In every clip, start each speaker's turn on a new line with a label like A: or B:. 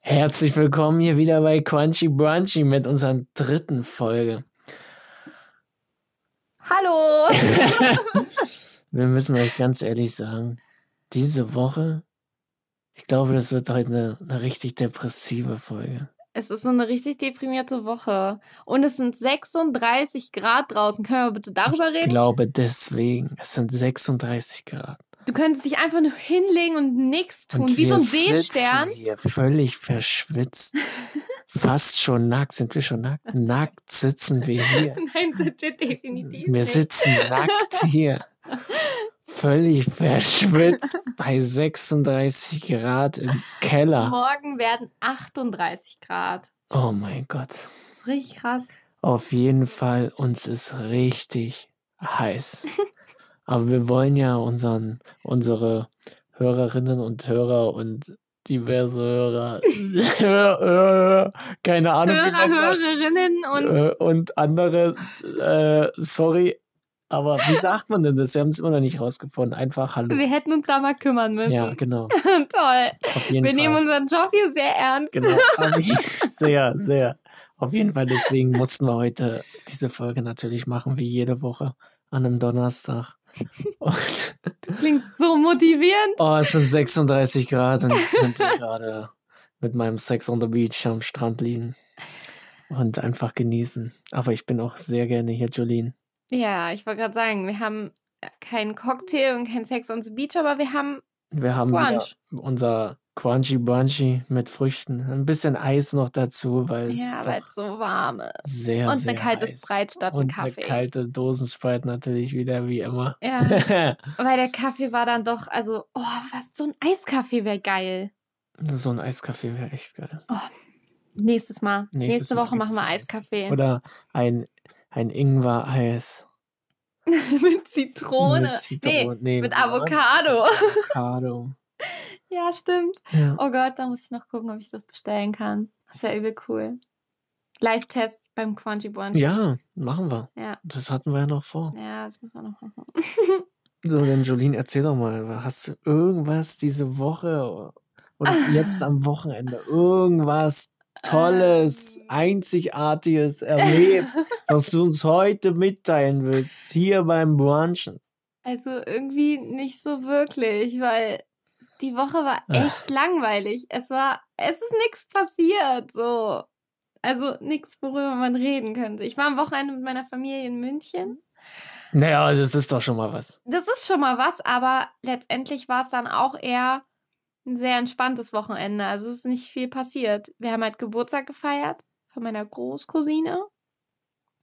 A: Herzlich willkommen hier wieder bei Crunchy Brunchy mit unserer dritten Folge.
B: Hallo!
A: Wir müssen euch ganz ehrlich sagen, diese Woche, ich glaube, das wird heute eine, eine richtig depressive Folge.
B: es ist so eine richtig deprimierte Woche. Und es sind 36 Grad draußen. Können wir bitte darüber
A: Ich
B: reden?
A: glaube deswegen, es sind 36 Grad.
B: Du könntest dich einfach nur hinlegen und nichts tun, wie so ein Seestern.
A: sitzen hier völlig verschwitzt. Fast schon nackt, sind wir schon nackt? Nackt sitzen wir hier.
B: Nein, sind wir definitiv
A: Wir
B: nicht.
A: sitzen nackt hier. Völlig verschwitzt bei 36 Grad im Keller.
B: Morgen werden 38 Grad.
A: Oh mein Gott.
B: Richtig krass.
A: Auf jeden Fall, uns ist richtig heiß. Aber wir wollen ja unseren, unsere Hörerinnen und Hörer und diverse Hörer, Hör- Hörer, keine Ahnung, wie
B: Hörer,
A: man sagt,
B: Hörerinnen und
A: äh, und andere, äh, sorry, aber wie sagt man denn das? Wir haben es immer noch nicht rausgefunden. Einfach Hallo.
B: wir hätten uns da mal kümmern müssen.
A: Äh, Ja, genau.
B: Toll.
A: Auf jeden
B: Wir
A: Fall.
B: nehmen unseren Job hier sehr ernst.
A: genau. Auf je- Sehr, sehr. Auf jeden Fall, deswegen mussten wir heute diese Folge natürlich machen, wie jede Woche an einem Donnerstag. Und,
B: Du klingst so motivierend.
A: oh, es sind 36 Grad und ich könnte gerade mit meinem Sex on the Beach am Strand liegen und einfach genießen. Aber ich bin auch sehr gerne hier, Jolene.
B: Ja, ich wollte gerade sagen, wir haben keinen Cocktail und keinen Sex on the Beach, aber wir haben
A: Wir haben wieder
B: Brunch.
A: unser Crunchy Brunchy mit Früchten. Ein bisschen Eis noch dazu, weil es
B: Ja,
A: ist
B: weil
A: doch
B: es so warm ist.
A: sehr,
B: und
A: sehr
B: eine kalte
A: heiß.
B: Sprite statt ein
A: Und halt eine
B: Kaffee.
A: kalte Dosensprite natürlich wieder, wie immer.
B: ja, weil der Kaffee war dann doch, also, oh, was, so ein Eiskaffee wäre geil.
A: so ein Eiskaffee wäre echt geil.
B: Nächstes Mal.
A: Nächstes
B: Nächste
A: Mal
B: Woche machen wir
A: gibt's
B: Eiskaffee.
A: Oder ein, ein Ingwer-Eis.
B: mit Zitrone.
A: Mit Zitrone.
B: Nee.
A: nee,
B: mit
A: mit
B: Avocado.
A: Avocado.
B: Ja, stimmt.
A: Ja.
B: Oh Gott, da muss ich noch gucken, ob ich das bestellen kann. Das wäre übel cool. Live-Test beim Crunchy Bunch.
A: ja, machen wir.
B: Ja.
A: Das hatten wir ja noch vor.
B: Ja, das muss man noch machen.
A: So, dann Jolene, erzähl doch mal, hast du irgendwas diese Woche oder jetzt am Wochenende irgendwas Tolles,
B: Ähm.
A: Einzigartiges erlebt, was du uns heute mitteilen willst, hier beim Brunchen?
B: Also irgendwie nicht so wirklich, weil die Woche war
A: Ach.
B: echt langweilig. Es war, es ist nichts passiert, so. Also nichts, worüber man reden könnte. Ich war am Wochenende mit meiner Familie in München.
A: Naja, das also, ist doch schon mal was.
B: Das ist schon mal was, aber letztendlich war es dann auch eher ein sehr entspanntes Wochenende. Also es ist nicht viel passiert. Wir haben halt Geburtstag gefeiert von meiner Großcousine.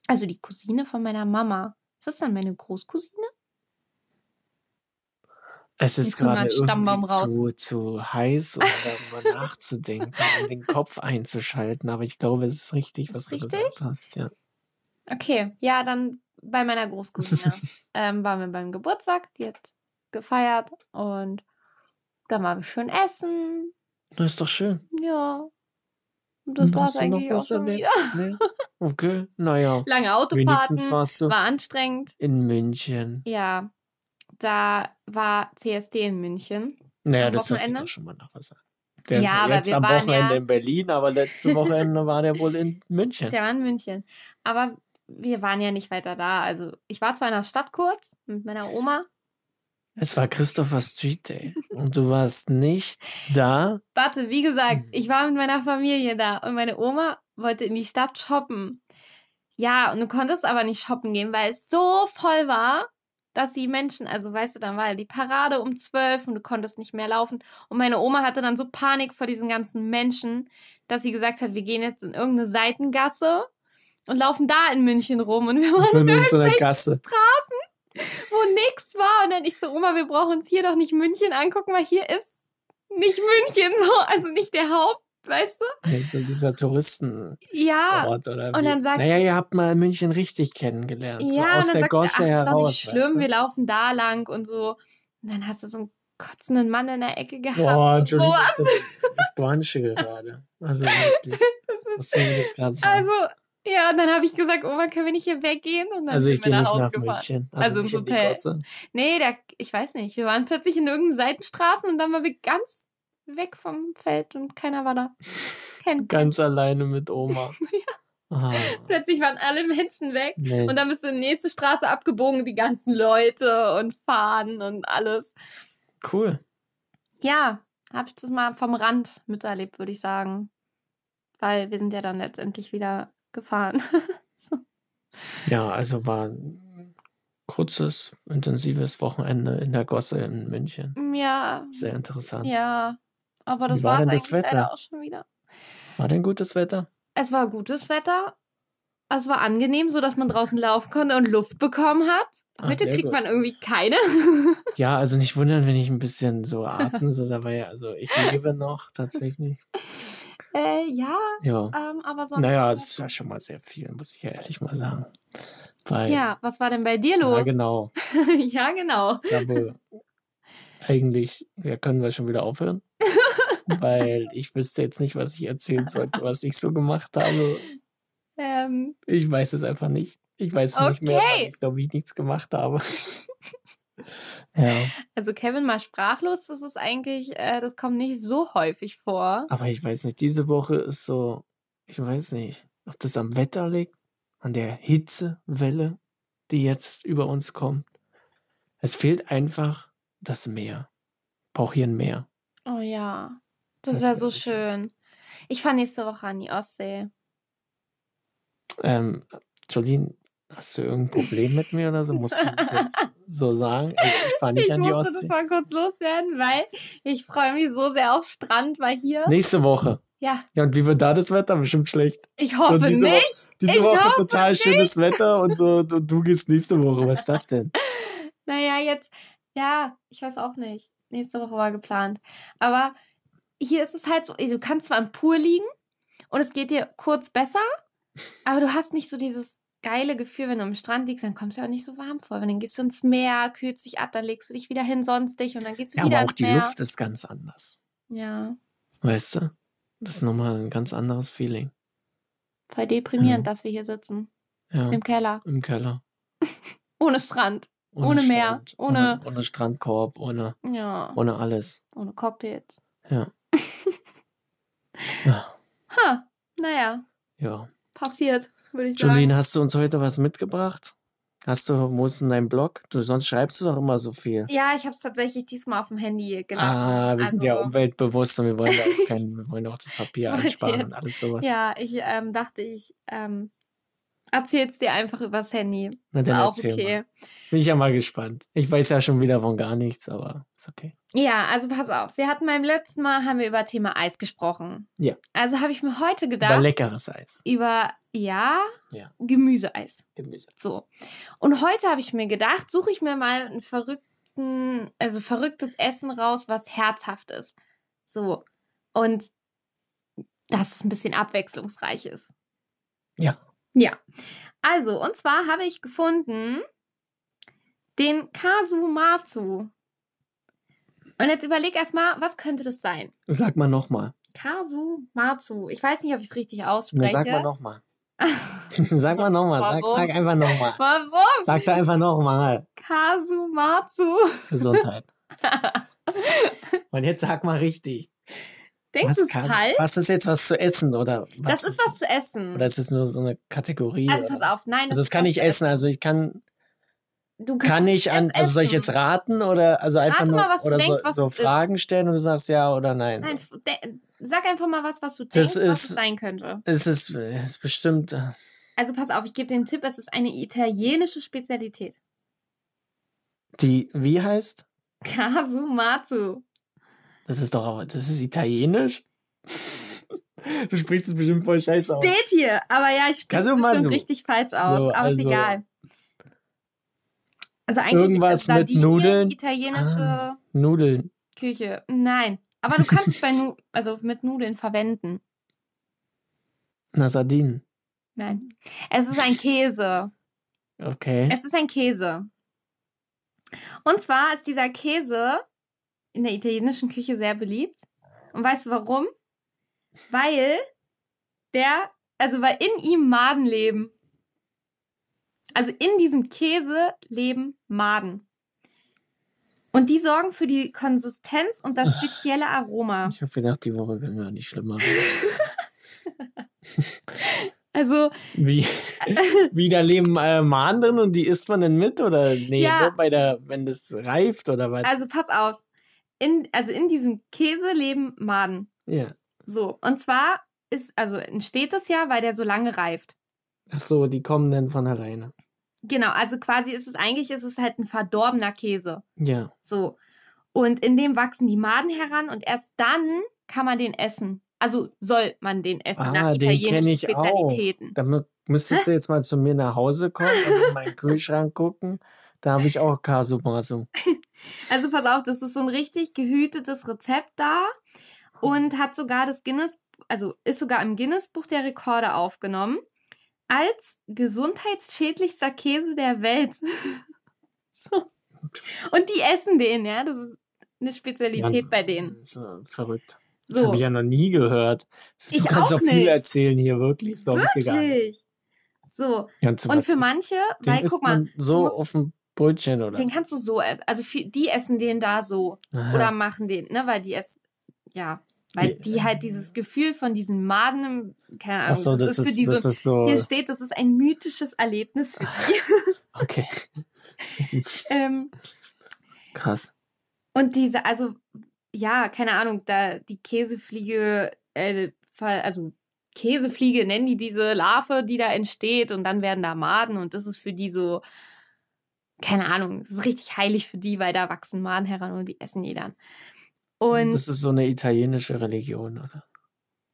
B: Also die Cousine von meiner Mama. Ist das dann meine Großcousine?
A: Es ist
B: Jetzt holen wir
A: gerade
B: einen Stammbaum
A: irgendwie zu, zu heiß, um darüber nachzudenken und den Kopf einzuschalten, aber ich glaube, es ist richtig, was
B: Ist
A: du
B: richtig?
A: gesagt hast. Ja.
B: Okay, ja, dann bei meiner Großcousine ähm, waren wir beim Geburtstag, die hat gefeiert und dann waren wir schön essen,
A: Das ist doch schön.
B: ja. Und das
A: Und
B: war
A: hast
B: es
A: du noch
B: eigentlich auch
A: was
B: schon
A: erlebt?
B: wieder.
A: Nee? ne? Okay, naja.
B: Lange
A: Wenigstens
B: Autofahrten,
A: warst du
B: war anstrengend.
A: in München.
B: Ja, da war CSD in München.
A: Naja,
B: Am
A: das hört sich
B: Wochenende?
A: doch schon mal nach was an. Der
B: Ja,
A: ist
B: aber
A: jetzt
B: wir
A: am
B: waren
A: Wochenende
B: ja-
A: in Berlin, aber letzte Wochenende war der wohl in München.
B: Der war in München. Aber wir waren ja nicht weiter da. Also ich war zwar in der Stadt kurz mit meiner Oma,
A: Es war Christopher Street Day und du warst nicht da.
B: Warte, wie gesagt,
A: Mhm.
B: ich war mit meiner Familie da und meine Oma wollte in die Stadt shoppen. Ja, und du konntest aber nicht shoppen gehen, weil es so voll war, dass die Menschen, also weißt du, dann war die Parade um zwölf und du konntest nicht mehr laufen. Und meine Oma hatte dann so Panik vor diesen ganzen Menschen, dass sie gesagt hat, wir gehen jetzt in irgendeine Seitengasse und laufen da in München rum. Und wir waren
A: Für in so einer Gasse.
B: wo nix war. Und dann ich so, Oma, wir brauchen uns hier doch nicht München angucken, weil hier ist nicht München so, also nicht der Haupt, weißt du?
A: Nee, so dieser Touristenort
B: Ja.
A: oder
B: und
A: wie.
B: dann sagt-
A: Naja, ihr habt mal München richtig kennengelernt. so
B: ja,
A: aus
B: und dann
A: der
B: sagt
A: Gosse
B: er, ach, ist doch
A: heraus.
B: nicht schlimm, wir laufen da lang und so. Und dann hast du so einen kotzenden Mann in der Ecke gehabt.
A: Boah,
B: und
A: Entschuldigung,
B: sowas.
A: ich ich brunche gerade. Also wirklich.
B: Das
A: Was
B: ist,
A: soll ich das gerade sagen?
B: also, ja, und dann habe ich gesagt, Oma, können wir nicht hier weggehen? Und dann
A: Also, ich
B: sind wir
A: gehe
B: nach
A: nicht
B: Hause
A: nach
B: gefahren.
A: München.
B: Also
A: nicht
B: ins
A: in die
B: Hotel.
A: Gosse.
B: Nee, der, ich weiß nicht. Wir waren plötzlich in irgendeinen Seitenstraßen und dann waren wir ganz weg vom Feld und keiner war da. Kein
A: Ganz alleine mit Oma. Ah,
B: Plötzlich waren alle Menschen weg.
A: Mensch.
B: Und dann bist du in die nächste Straße abgebogen, die ganzen Leute und Fahnen und alles.
A: cool.
B: Ja, habe ich das mal vom Rand miterlebt, würde ich sagen. Weil wir sind ja dann letztendlich wieder gefahren.
A: Ja, also war ein kurzes, intensives Wochenende in der Gosse in München.
B: ja,
A: Sehr interessant.
B: ja. Aber das
A: Wie war
B: war
A: denn das
B: eigentlich leider
A: Wetter?
B: auch schon wieder.
A: War denn gutes Wetter?
B: Es war gutes Wetter. Es war angenehm, so dass man draußen laufen konnte und Luft bekommen hat.
A: Ah,
B: Heute
A: sehr
B: kriegt
A: gut.
B: man irgendwie keine.
A: Ja, also nicht wundern, wenn ich ein bisschen so atme, so dabei. Also ich lebe noch tatsächlich.
B: äh, ja,
A: Ja.
B: ähm, aber sonst.
A: Naja, das ist ja schon mal sehr viel, muss ich ja ehrlich mal sagen. Weil,
B: Ja, was war denn bei dir
A: halt ja,
B: los?
A: genau.
B: ja, genau.
A: Aber eigentlich, ja, können wir schon wieder aufhören. Weil ich wüsste jetzt nicht, was ich erzählen sollte, was ich so gemacht habe.
B: Ähm,
A: Ich weiß es einfach nicht. Ich weiß es nicht mehr,
B: Okay.
A: weil ich glaube, ich nichts gemacht habe. ja,
B: also Kevin mal sprachlos, das ist eigentlich, äh, das kommt nicht so häufig vor.
A: aber ich weiß nicht. Diese Woche ist so, ich weiß nicht, ob das am Wetter liegt, an der Hitzewelle, die jetzt über uns kommt. Es fehlt einfach das Meer. Braucht hier ein Meer.
B: Oh ja, das
A: Das
B: wäre
A: wär
B: so
A: wirklich-
B: schön. Ich fahre nächste Woche an die Ostsee.
A: Ähm, Jolene, hast du irgendein Problem mit mir oder so? Musst du das jetzt so sagen? Also ich fahre nicht
B: ich
A: an die
B: musste das
A: Ostsee.
B: mal kurz loswerden, weil ich freue mich so sehr auf Strand, weil hier.
A: Nächste Woche.
B: Ja,
A: Ja, und wie wird da das Wetter? Bestimmt schlecht.
B: ich hoffe
A: diese Wo-
B: nicht.
A: Diese
B: Ich
A: Woche
B: hoffe
A: total schönes Wetter und so. Und du gehst nächste Woche. Was ist das denn?
B: Naja, jetzt, ja, ich weiß auch nicht. Nächste Woche war geplant. Aber hier ist es halt so, ey, du kannst zwar im Pool liegen und es geht dir kurz besser, aber du hast nicht so dieses geile Gefühl, wenn du am Strand liegst, dann kommst du ja auch nicht so warm vor. Wenn dann gehst du ins Meer, kühlst dich ab, dann legst du dich wieder hin sonstig und dann gehst du
A: Ja,
B: wieder
A: aber auch
B: ins
A: die
B: Meer.
A: Luft ist ganz anders.
B: Ja,
A: Weißt du? Das ist nochmal ein ganz anderes Feeling.
B: voll deprimierend,
A: Mhm.
B: dass wir hier sitzen.
A: Ja,
B: Im Keller.
A: im Keller.
B: Ohne Strand. Ohne Meer,
A: Strand,
B: ohne-
A: ohne Strandkorb, ohne,
B: Ja.
A: ohne alles.
B: Ohne Cocktails.
A: Ja. ja.
B: Ha, naja,
A: ja.
B: passiert, würde ich sagen.
A: Jolene, hast du uns heute was mitgebracht? Hast du, wo ist denn dein Blog? Du, sonst schreibst du doch immer so viel.
B: Ja, ich habe es tatsächlich diesmal auf dem Handy geladen.
A: Ah, wir sind ja
B: Also,
A: umweltbewusst und wir wollen ja auch kein, wir wollen auch das Papier
B: Ich
A: einsparen
B: wollte
A: und
B: jetzt-
A: alles sowas.
B: Ja, ich ähm, dachte, ich ähm, erzähl's dir einfach übers Handy.
A: Na
B: Ist
A: dann
B: auch
A: erzähl
B: okay.
A: mal. Bin ich ja mal gespannt. Ich weiß ja schon wieder von gar nichts, aber ist okay.
B: Ja, also pass auf. Wir hatten beim letzten Mal haben wir über Thema Eis gesprochen.
A: Ja.
B: Also habe ich mir heute
A: Über
B: gedacht
A: leckeres Eis.
B: über ja,
A: Ja.
B: Gemüseeis.
A: Gemüse.
B: So. Und heute habe ich mir gedacht, suche ich mir mal einen verrückten, also verrücktes Essen raus, was herzhaft ist. So. Und dass es ein bisschen abwechslungsreich ist.
A: Ja.
B: Ja. Also, und zwar habe ich gefunden den Kasumatsu. Und jetzt überleg erstmal, was könnte das sein?
A: Sag mal nochmal.
B: Kasumatsu. Ich weiß nicht, ob ich es richtig ausspreche.
A: Sag mal nochmal. sag mal nochmal. Sag,
B: Warum?
A: sag einfach nochmal.
B: Warum?
A: Sag da einfach nochmal.
B: Kasumatsu.
A: Gesundheit. Und jetzt sag mal richtig.
B: Denkst du es
A: kann-
B: falsch?
A: was ist jetzt was zu essen oder was?
B: Das ist was zu essen.
A: Oder ist es nur so eine Kategorie?
B: Also
A: oder?
B: pass auf, nein.
A: Also das
B: ist
A: kann
B: was
A: ich
B: zu
A: essen. Also ich kann,
B: Du kannst
A: kann ich an,
B: es
A: also soll ich
B: essen.
A: jetzt raten oder also einfach
B: Rate
A: nur
B: mal, was du
A: oder
B: denkst,
A: so,
B: was
A: so
B: es ist.
A: Fragen stellen und du sagst ja oder nein.
B: Nein, f- de- sag einfach mal was, was du
A: Das
B: denkst, was es
A: ist-
B: sein könnte.
A: Es ist, es ist bestimmt äh,
B: Also pass auf, ich gebe dir einen Tipp, es ist eine italienische Spezialität.
A: die wie heißt?
B: Kasumatsu.
A: Das ist doch aber- das ist italienisch. du sprichst es bestimmt voll scheiße aus.
B: Steht hier, aber ja, ich spreche es
A: Kasumatsu.
B: bestimmt richtig falsch aus,
A: So,
B: aber
A: also-
B: ist egal. Also eigentlich
A: Irgendwas
B: ist
A: mit Nudeln?
B: italienische
A: Ah. Nudeln.
B: Küche. Nein, aber du kannst es bei nu also mit Nudeln verwenden.
A: Na Sardinen.
B: Nein. Es ist ein Käse.
A: Okay.
B: Es ist ein Käse. Und zwar ist dieser Käse in der italienischen Küche sehr beliebt. Und weißt du warum? Weil der, also weil in ihm Maden leben. Also in diesem Käse leben Maden. Und die sorgen für die Konsistenz und das spezielle Aroma.
A: Ich habe gedacht, die Woche können wir nicht schlimmer.
B: Also,
A: Wie, wie da leben äh, Mahn drin und die isst man dann mit? Oder nee,
B: Ja.
A: nur bei der, wenn das reift oder was?
B: also pass auf. In, also in diesem Käse leben Maden.
A: ja.
B: So. Und zwar ist, also entsteht das ja, weil der so lange reift.
A: Ach so, die kommen dann von alleine.
B: Genau, also quasi ist es eigentlich, ist es halt ein verdorbener Käse.
A: Ja.
B: So. Und in dem wachsen die Maden heran und erst dann kann man den essen. Also soll man den essen
A: Ah,
B: nach
A: den kenn
B: italienischen
A: ich auch.
B: Spezialitäten.
A: Da mü- müsstest du jetzt mal zu mir nach Hause kommen und in meinen Kühlschrank gucken. Da habe ich auch Casu Masu.
B: Also pass auf, das ist so ein richtig gehütetes Rezept da und hat sogar das Guinness, also ist sogar im Guinness-Buch der Rekorde aufgenommen als gesundheitsschädlichster Käse der Welt. so. Und die essen den, ja, das ist eine Spezialität bei denen.
A: Das ist, äh, verrückt. Das
B: So,
A: habe ich ja noch nie gehört. Du
B: Ich
A: kannst
B: auch
A: auch viel
B: nicht.
A: erzählen hier, wirklich. Das glaube ich dir gar nicht.
B: wirklich. So,
A: Ja, und, zu
B: und
A: was
B: für
A: ist-
B: manche,
A: den
B: weil
A: isst
B: guck mal,
A: man so
B: musst-
A: auf dem Brötchen oder?
B: den kannst du so, e- also viel- die essen den da so.
A: Aha.
B: Oder machen den, ne? Weil die es, ja, weil
A: Die- äh,
B: die halt dieses Gefühl von diesen Maden im, keine Ahnung,
A: Ach so, das,
B: für
A: ist,
B: die
A: das
B: so,
A: ist so.
B: hier steht, das ist ein mythisches Erlebnis für die.
A: Okay,
B: ähm,
A: krass.
B: und diese, also, ja, keine Ahnung, da die Käsefliege, äh, ver- also Käsefliege nennen die diese Larve, die da entsteht und dann werden da Maden und das ist für die so, keine Ahnung, das ist richtig heilig für die, weil da wachsen Maden heran und die essen die dann. Und
A: das ist so eine italienische Religion, oder?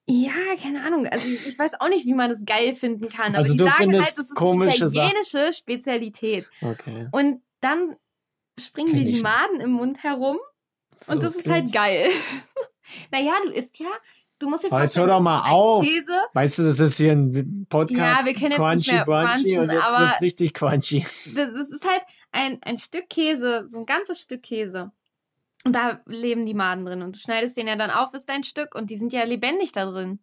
B: Ja, keine Ahnung. Also ich ich weiß auch nicht, wie man das geil finden kann. Aber
A: Also
B: die
A: du
B: sagen
A: findest
B: halt, das ist
A: komische
B: eine
A: Sachen.
B: italienische Spezialität.
A: Okay.
B: Und dann springen
A: Kenn
B: dir
A: ich
B: die
A: nicht.
B: Maden im Mund herum und das ist halt
A: Wirklich?
B: geil. naja, du isst ja, du musst dir
A: Hör jetzt
B: vorstellen,
A: doch
B: das ist
A: mal
B: ein
A: auf.
B: Käse.
A: Weißt du, das ist hier ein Podcast.
B: Ja, wir können jetzt
A: crunchy,
B: nicht mehr
A: crunchy und
B: crunchen,
A: jetzt
B: aber-
A: wird's richtig crunchy.
B: Das, das ist halt ein, ein Stück Käse, so ein ganzes Stück Käse. Und da leben die Maden drin. Und du schneidest den ja dann auf, ist dein Stück und die sind ja lebendig da drin.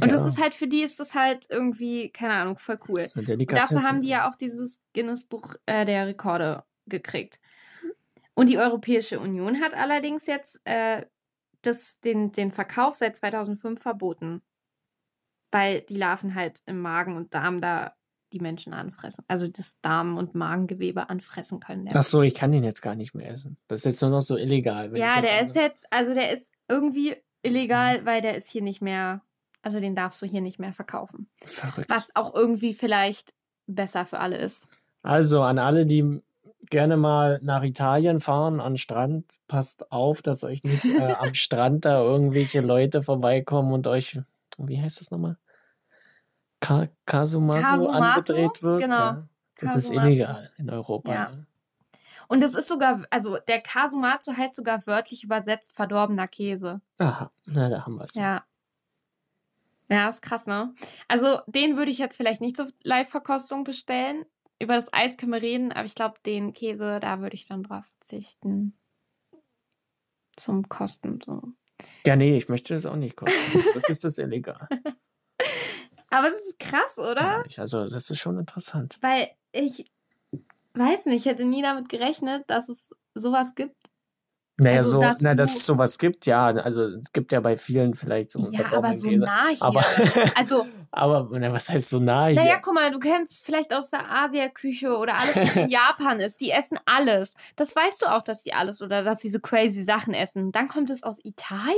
B: Und das
A: Ja,
B: ist halt, für die ist das halt irgendwie, keine Ahnung, voll cool.
A: das ist eine
B: Und dafür
A: Delikatesse.
B: haben die ja auch dieses Guinness-Buch äh, der Rekorde gekriegt. Und die Europäische Union hat allerdings jetzt äh, das, den, den Verkauf seit 2005 verboten. Weil die Larven halt im Magen und Darm da die Menschen anfressen. Also das Darm- und Magengewebe anfressen können.
A: Ach so, ich kann den jetzt gar nicht mehr essen. Das ist jetzt nur noch so illegal. wenn ich jetzt
B: ja,
A: Mhm.
B: der
A: also-
B: ist jetzt, also der ist irgendwie illegal, weil der ist hier nicht mehr, also den darfst du hier nicht mehr verkaufen.
A: Verrückt.
B: Was auch irgendwie vielleicht besser für alle ist.
A: Also an alle, die gerne mal nach Italien fahren, an den Strand, passt auf, dass euch nicht äh, am Strand da irgendwelche Leute vorbeikommen und euch, wie heißt das nochmal? Ka Kasumasu
B: Kasumasu,
A: angedreht wird.
B: genau.
A: Ja. Das ist
B: Kasumasu.
A: illegal in Europa.
B: Ja.
A: ne?
B: Und das ist sogar, also der Kasumatsu heißt sogar wörtlich übersetzt verdorbener Käse.
A: Aha, na, da haben wir es.
B: Ja. Ja, ist krass, ne? Also den würde ich jetzt vielleicht nicht zur Live-Verkostung bestellen. Über das Eis können wir reden, aber ich glaube, den Käse, da würde ich dann drauf verzichten. Zum Kosten so.
A: Ja, nee, ich möchte das auch nicht kosten. Das ist das illegal.
B: Aber es ist krass, oder?
A: Ja, ich, also, das ist schon interessant.
B: Weil ich weiß nicht, ich hätte nie damit gerechnet, dass es sowas gibt.
A: Naja,
B: Also,
A: so,
B: dass
A: na,
B: du-
A: dass es sowas gibt, ja. Also, es gibt ja bei vielen vielleicht so einen
B: ja, aber
A: verdorbenen Also Käse.
B: so nah hier.
A: Aber,
B: also,
A: aber na, was heißt so nah hier?
B: naja, guck mal, du kennst vielleicht aus der Avia-Küche oder alles, was in Japan ist. Die essen alles. Das weißt du auch, dass die alles oder dass sie so crazy Sachen essen. Dann kommt es aus Italien,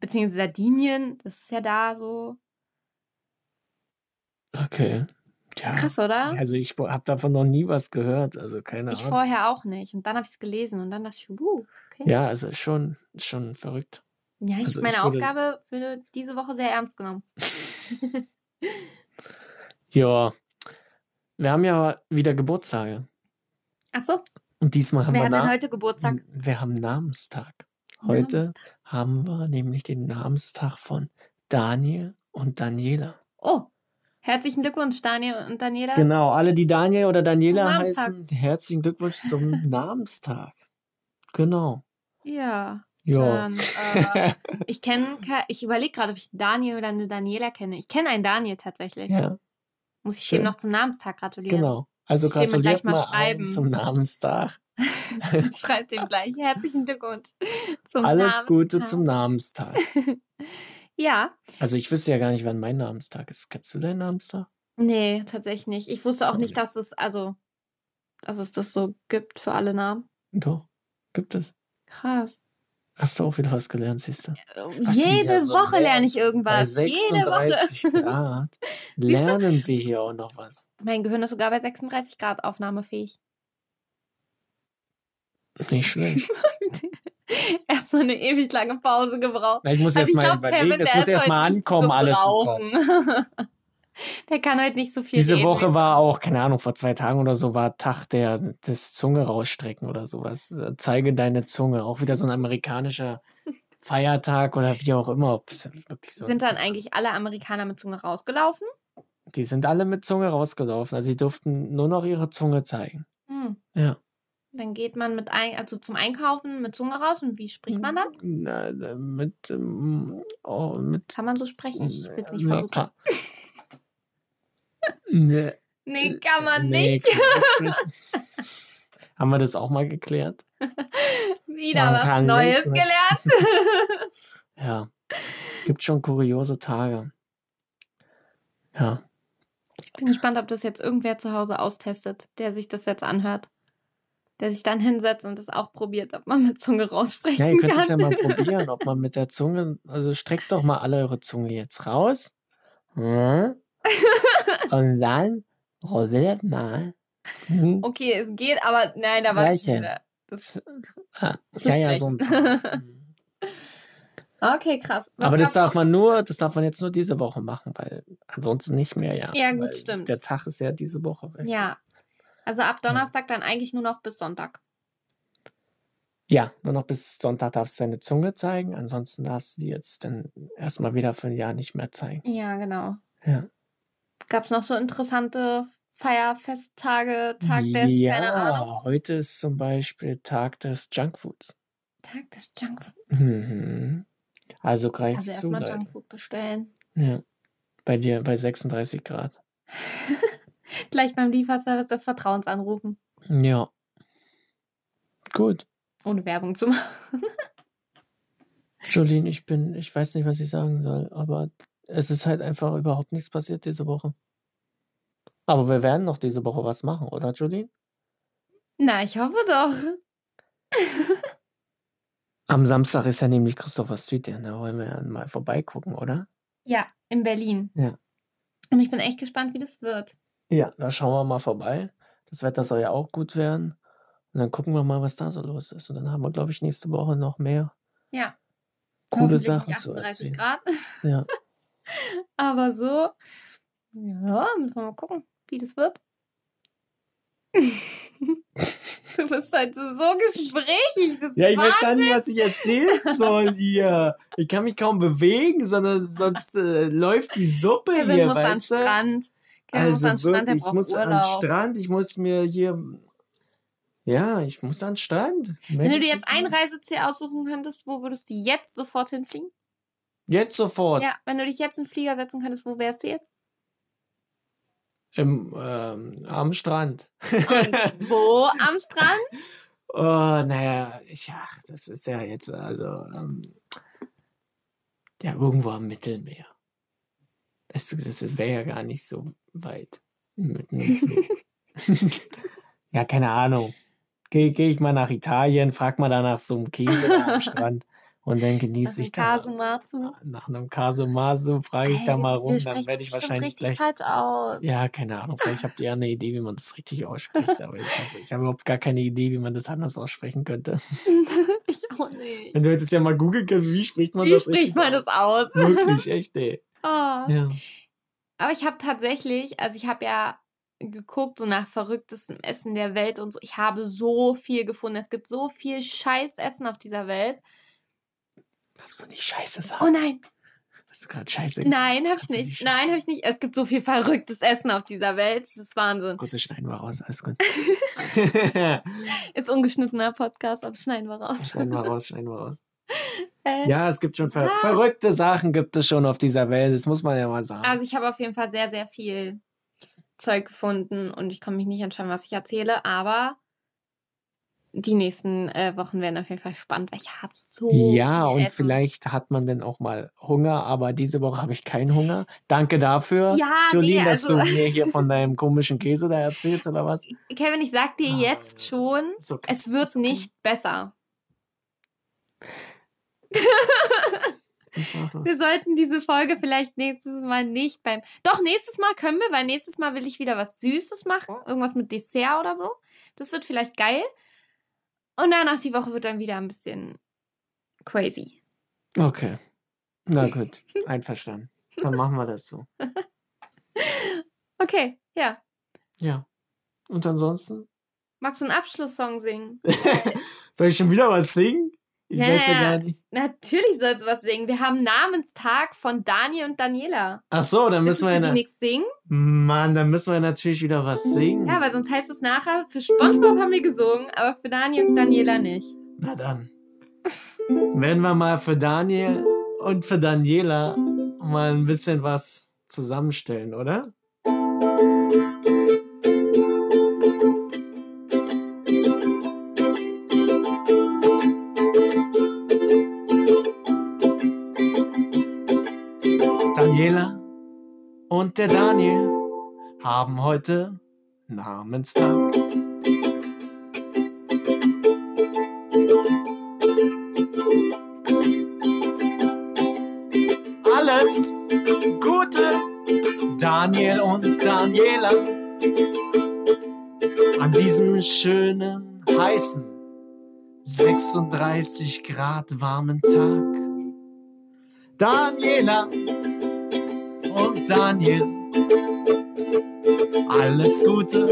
B: beziehungsweise Sardinien. Das ist ja da so.
A: Okay. Ja.
B: Krass, oder?
A: Also ich habe davon noch nie was gehört, also keine
B: ich
A: Ahnung.
B: vorher auch nicht. Und dann habe ich es gelesen und dann dachte ich, uh, okay.
A: Ja, also schon, schon verrückt.
B: Ja, ich
A: Also, ich
B: meine
A: würde-
B: Aufgabe für diese Woche sehr ernst genommen.
A: Ja, wir haben ja wieder Geburtstage
B: Achso,
A: und diesmal haben
B: wer
A: wir
B: hat denn
A: Na- Hm,
B: heute Geburtstag?
A: Wir haben Namenstag. Heute haben wir nämlich den Namenstag von Daniel und Daniela.
B: Oh, herzlichen Glückwunsch, Daniel und Daniela.
A: Genau, alle die Daniel oder Daniela
B: Zum Namenstag.
A: heißen, herzlichen Glückwunsch zum Namenstag. Genau.
B: Ja.
A: Ja.
B: Dann, äh, ich kenne, ich überlege gerade, ob ich Daniel oder eine Daniela kenne. Ich kenne einen Daniel tatsächlich.
A: ja.
B: Muss ich
A: schön.
B: dem noch zum Namenstag gratulieren?
A: Genau. Also
B: Muss ich dem
A: gratuliert
B: gleich mal
A: mal allen
B: schreiben.
A: zum Namenstag.
B: Schreibt ihm gleich herzlichen Glückwunsch zum
A: Alles Gute
B: Namenstag.
A: zum Namenstag.
B: Ja,
A: Also ich wüsste ja gar nicht, wann mein Namenstag ist. Kennst du deinen Namenstag?
B: nee, tatsächlich nicht. Ich wusste auch
A: Auch
B: nicht, dass es, also, dass es das so gibt für alle Namen.
A: Doch, gibt es.
B: Krass.
A: Hast du auch wieder was gelernt, siehst du? Was wir
B: Jede
A: hier so
B: Woche
A: lernen.
B: lerne ich
A: Bei
B: irgendwas. Jede Woche.
A: 36 Grad lernen wir hier auch noch was.
B: Mein Gehirn ist sogar bei 36 Grad aufnahmefähig.
A: Nicht schlecht.
B: Erst so eine ewig lange Pause gebraucht.
A: Na, ich muss
B: Also
A: erst
B: ich
A: mal
B: glaub,
A: überlegen,
B: Kevin,
A: das
B: der
A: muss
B: ist heute
A: erst mal
B: nicht zu
A: ankommen, alles. im Kopf.
B: gebrauchen. der kann heute nicht so viel
A: Diese
B: reden.
A: Woche war auch, keine Ahnung, vor zwei Tagen oder so war Tag der des Zunge rausstrecken oder sowas. Äh, Zeige deine Zunge. Auch wieder so ein amerikanischer Feiertag oder wie auch immer. Ob das wirklich so
B: Sind dann eigentlich alle Amerikaner mit Zunge rausgelaufen?
A: die sind alle mit Zunge rausgelaufen. Also sie durften nur noch ihre Zunge zeigen.
B: Hm.
A: Ja.
B: Dann geht man mit ein, also zum Einkaufen mit Zunge raus und wie
A: Hm.
B: spricht man dann?
A: Na, äh, mit, ähm, oh, mit
B: Kann man so sprechen? Ich will es nicht
A: Äh, Na,
B: versuchen.
A: klar. nee,
B: Nee, kann man
A: nee,
B: nicht.
A: kann man nicht sprechen. Haben wir das auch mal geklärt?
B: Wieder
A: Man
B: was
A: kann
B: Neues
A: nicht mit-
B: gelernt.
A: Ja. Gibt schon kuriose Tage. Ja.
B: Bin gespannt, ob das jetzt irgendwer zu Hause austestet, der sich das jetzt anhört. Der sich dann hinsetzt und das auch probiert, ob man mit Zunge raussprechen
A: ja, ihr könnt
B: kann.
A: es ja mal probieren, ob man mit der Zunge, also streckt doch mal alle eure Zunge jetzt raus. Ja. Und dann rolliert mal. Hm.
B: Okay, es geht, aber nein, da war ich
A: Seilchen.
B: wieder. Das,
A: Ah, Ja, ja, so ein paar.
B: okay, krass. Was
A: Aber das
B: gab's
A: darf man nur, das darf man jetzt nur diese Woche machen, weil ansonsten nicht mehr, ja.
B: Ja, gut,
A: Weil
B: stimmt.
A: Der Tag ist ja diese Woche.
B: noch?
A: weißt du.
B: Ja. Also ab Donnerstag dann eigentlich nur noch bis Sonntag.
A: Ja, nur noch bis Sonntag darfst du deine Zunge zeigen, ansonsten darfst du die jetzt dann erstmal wieder für ein Jahr nicht mehr zeigen.
B: Ja, genau.
A: Ja.
B: Gab es noch so interessante Feierfesttage, Tag des,
A: ja,
B: keine Ahnung.
A: heute ist zum Beispiel Tag des Junkfoods.
B: Tag des Junkfoods.
A: Mhm. Also greift
B: Also
A: zu,
B: erstmal
A: Leute.
B: Junkfood bestellen.
A: Ja. Bei dir, bei 36 Grad.
B: Gleich beim Lieferservice des Vertrauens anrufen.
A: Ja. Gut.
B: Ohne Werbung zu machen.
A: Jolene, ich bin, ich weiß nicht, was ich sagen soll, aber es ist halt einfach überhaupt nichts passiert diese Woche. Aber wir werden noch diese Woche was machen, oder Jolene?
B: Na, ich hoffe doch.
A: Am Samstag ist ja nämlich Christopher Street, da wollen wir ja mal vorbeigucken, oder?
B: Ja, in Berlin.
A: Ja.
B: Und ich bin echt gespannt, wie das wird.
A: Ja, da schauen wir mal vorbei. Das Wetter soll ja auch gut werden. Und dann gucken wir mal, was da so los ist. Und dann haben wir, glaube ich, nächste Woche noch mehr
B: Ja.
A: coole
B: Hoffentlich
A: Sachen
B: nicht
A: zu
B: 38
A: erzählen.
B: Grad.
A: Ja.
B: Aber so, ja, müssen wir mal gucken, wie das wird. du bist halt so gesprächig. Das
A: Ja, ich
B: war
A: weiß gar nicht, was ich erzählen soll hier. Ich kann mich kaum bewegen, sondern sonst äh, läuft die Suppe
B: Kevin
A: hier,
B: muss an
A: weißt du?
B: Strand. Kevin
A: also
B: muss an Strand, der
A: wirklich, ich
B: braucht
A: muss an den
B: Urlaub.
A: Strand, ich muss mir hier. Ja, ich muss an den Strand.
B: Wenn du dir jetzt ein Reiseziel aussuchen könntest, wo würdest du jetzt sofort hinfliegen?
A: Jetzt sofort.
B: Ja, wenn du dich jetzt in den Flieger setzen könntest, wo wärst du jetzt?
A: Im, ähm, am Strand.
B: Und wo am Strand?
A: oh, naja, ich, ach, das ist ja jetzt, also. Ähm, ja, irgendwo am Mittelmeer. Das, das, das wäre ja gar nicht so weit. Mitten im Flug. ja, keine Ahnung. Gehe geh ich mal nach Italien, frag mal da nach so einem Käse da am Strand und dann
B: Also
A: genieße ich da.
B: Kasumatsu.
A: Nach einem Casemaso frage ich da mal
B: Ey, wir
A: rum,
B: sprechen
A: dann werde ich
B: bestimmt
A: wahrscheinlich gleich.
B: richtig falsch aus.
A: Ja, keine Ahnung, vielleicht habt ihr ja eine Idee, wie man das richtig ausspricht, aber ich habe ich hab überhaupt gar keine Idee, wie man das anders aussprechen könnte.
B: ich auch nicht.
A: Wenn du hättest ja mal googeln können, wie spricht man
B: Wie
A: das
B: spricht
A: richtig
B: man das aus?
A: aus? Wirklich, echt, ey.
B: Oh.
A: Ja.
B: Aber ich habe tatsächlich, also ich habe ja geguckt, so nach verrücktestem Essen der Welt und so. Ich habe so viel gefunden. Es gibt so viel Scheißessen auf dieser Welt.
A: Darfst du nicht Scheiße sagen?
B: Oh nein,
A: Hast du gerade Scheiße gesagt?
B: nein, habe ich
A: Kannst du
B: nicht.
A: nicht
B: Nein,
A: scheißen.
B: habe ich nicht. Es gibt so viel verrücktes Essen auf dieser Welt. Das ist Wahnsinn.
A: Gut, das schneiden wir raus, alles gut.
B: Ist ungeschnittener Podcast, aber schneiden wir raus.
A: schneiden wir raus, schneiden wir raus.
B: Äh,
A: Ja, es gibt schon ver verrückte Sachen, gibt es schon auf dieser Welt, das muss man ja mal sagen.
B: Also ich habe auf jeden Fall sehr, sehr viel Zeug gefunden und ich kann mich nicht entscheiden, was ich erzähle, aber die nächsten äh, Wochen werden auf jeden Fall spannend, weil ich habe so.
A: Ja,
B: viel
A: und
B: Essen.
A: vielleicht hat man dann auch mal Hunger, aber diese Woche habe ich keinen Hunger. Danke dafür,
B: Ja,
A: Jolene,
B: nee,
A: dass
B: also
A: du mir hier von deinem komischen Käse da erzählst oder was.
B: Kevin, ich sag dir
A: Ah.
B: jetzt schon,
A: Ist okay.
B: es wird
A: Ist okay.
B: nicht besser.
A: Ich mach das.
B: Wir sollten diese Folge vielleicht nächstes Mal nicht beim. Doch, nächstes Mal können wir, weil nächstes Mal will ich wieder was Süßes machen. Irgendwas mit Dessert oder so. Das wird vielleicht geil. Und danach die Woche wird dann wieder ein bisschen crazy.
A: Okay. Na gut, einverstanden. Dann machen wir das so.
B: Okay, ja.
A: Ja. Und ansonsten?
B: Magst du einen Abschlusssong singen?
A: Soll ich schon wieder was singen? Ich
B: Ja,
A: weiß ja
B: ja, ja.
A: gar nicht.
B: Natürlich sollst du was singen. Wir haben Namenstag von Daniel und Daniela.
A: Ach so, dann
B: Willst
A: müssen
B: du
A: wir
B: für die
A: ja na-
B: nichts singen?
A: Mann, dann müssen wir natürlich wieder was singen.
B: Ja, weil sonst heißt es nachher, für Spongebob haben wir gesungen, aber für Daniel und Daniela nicht.
A: Na dann. Werden wir mal für Daniel und für Daniela mal ein bisschen was zusammenstellen, oder? Daniela und der Daniel haben heute Namenstag. alles Gute, Daniel und Daniela. An diesem schönen, heißen, 36 Grad warmen Tag. Daniela und Daniel, alles Gute.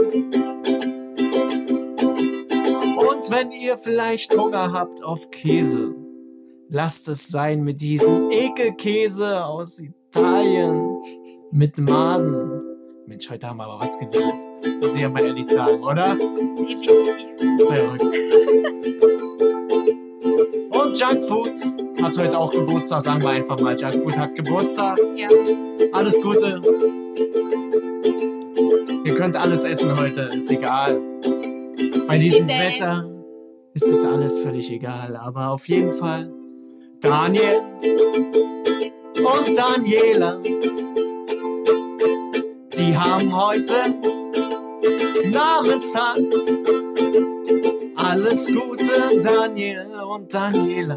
A: Und wenn ihr vielleicht Hunger habt auf Käse, Lasst es sein mit diesem Ekelkäse aus Italien. Mit Maden. Mensch, heute haben wir aber was gelernt. Muss ich ja mal ehrlich sagen, oder?
B: Definitiv.
A: Verrückt. Und Junkfood hat heute auch Geburtstag. Sagen wir einfach mal, Junkfood hat Geburtstag.
B: Ja.
A: Alles Gute. Ihr könnt alles essen heute, ist egal. Bei diesem
B: Cheat Day.
A: Wetter ist es alles völlig egal, aber auf jeden Fall Daniel und Daniela, die haben heute Namenstag. Alles Gute, Daniel und Daniela.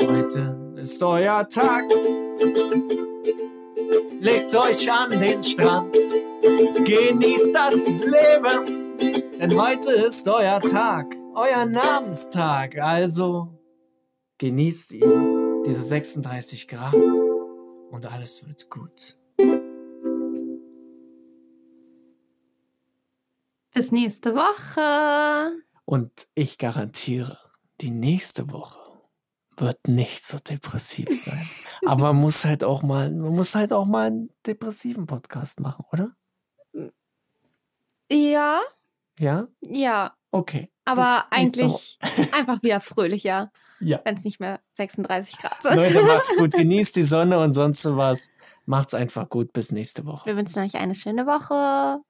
A: Heute ist euer Tag. Legt euch an den Strand, genießt das Leben, denn heute ist euer Tag, euer Namenstag. Also genießt ihn, diese 36 Grad und alles wird gut.
B: Bis nächste Woche.
A: Und ich garantiere, die nächste Woche wird nicht so depressiv sein. Aber man muss halt auch mal, man muss halt auch mal einen depressiven Podcast machen, oder?
B: Ja,
A: Ja?
B: ja.
A: Okay.
B: Aber
A: Bis nächste
B: eigentlich einfach wieder fröhlicher,
A: Ja.
B: wenn es nicht mehr 36 Grad sind.
A: Leute, macht's gut. Genießt die Sonne und sonst was. Macht's einfach gut. Bis nächste Woche.
B: Wir wünschen euch eine schöne Woche.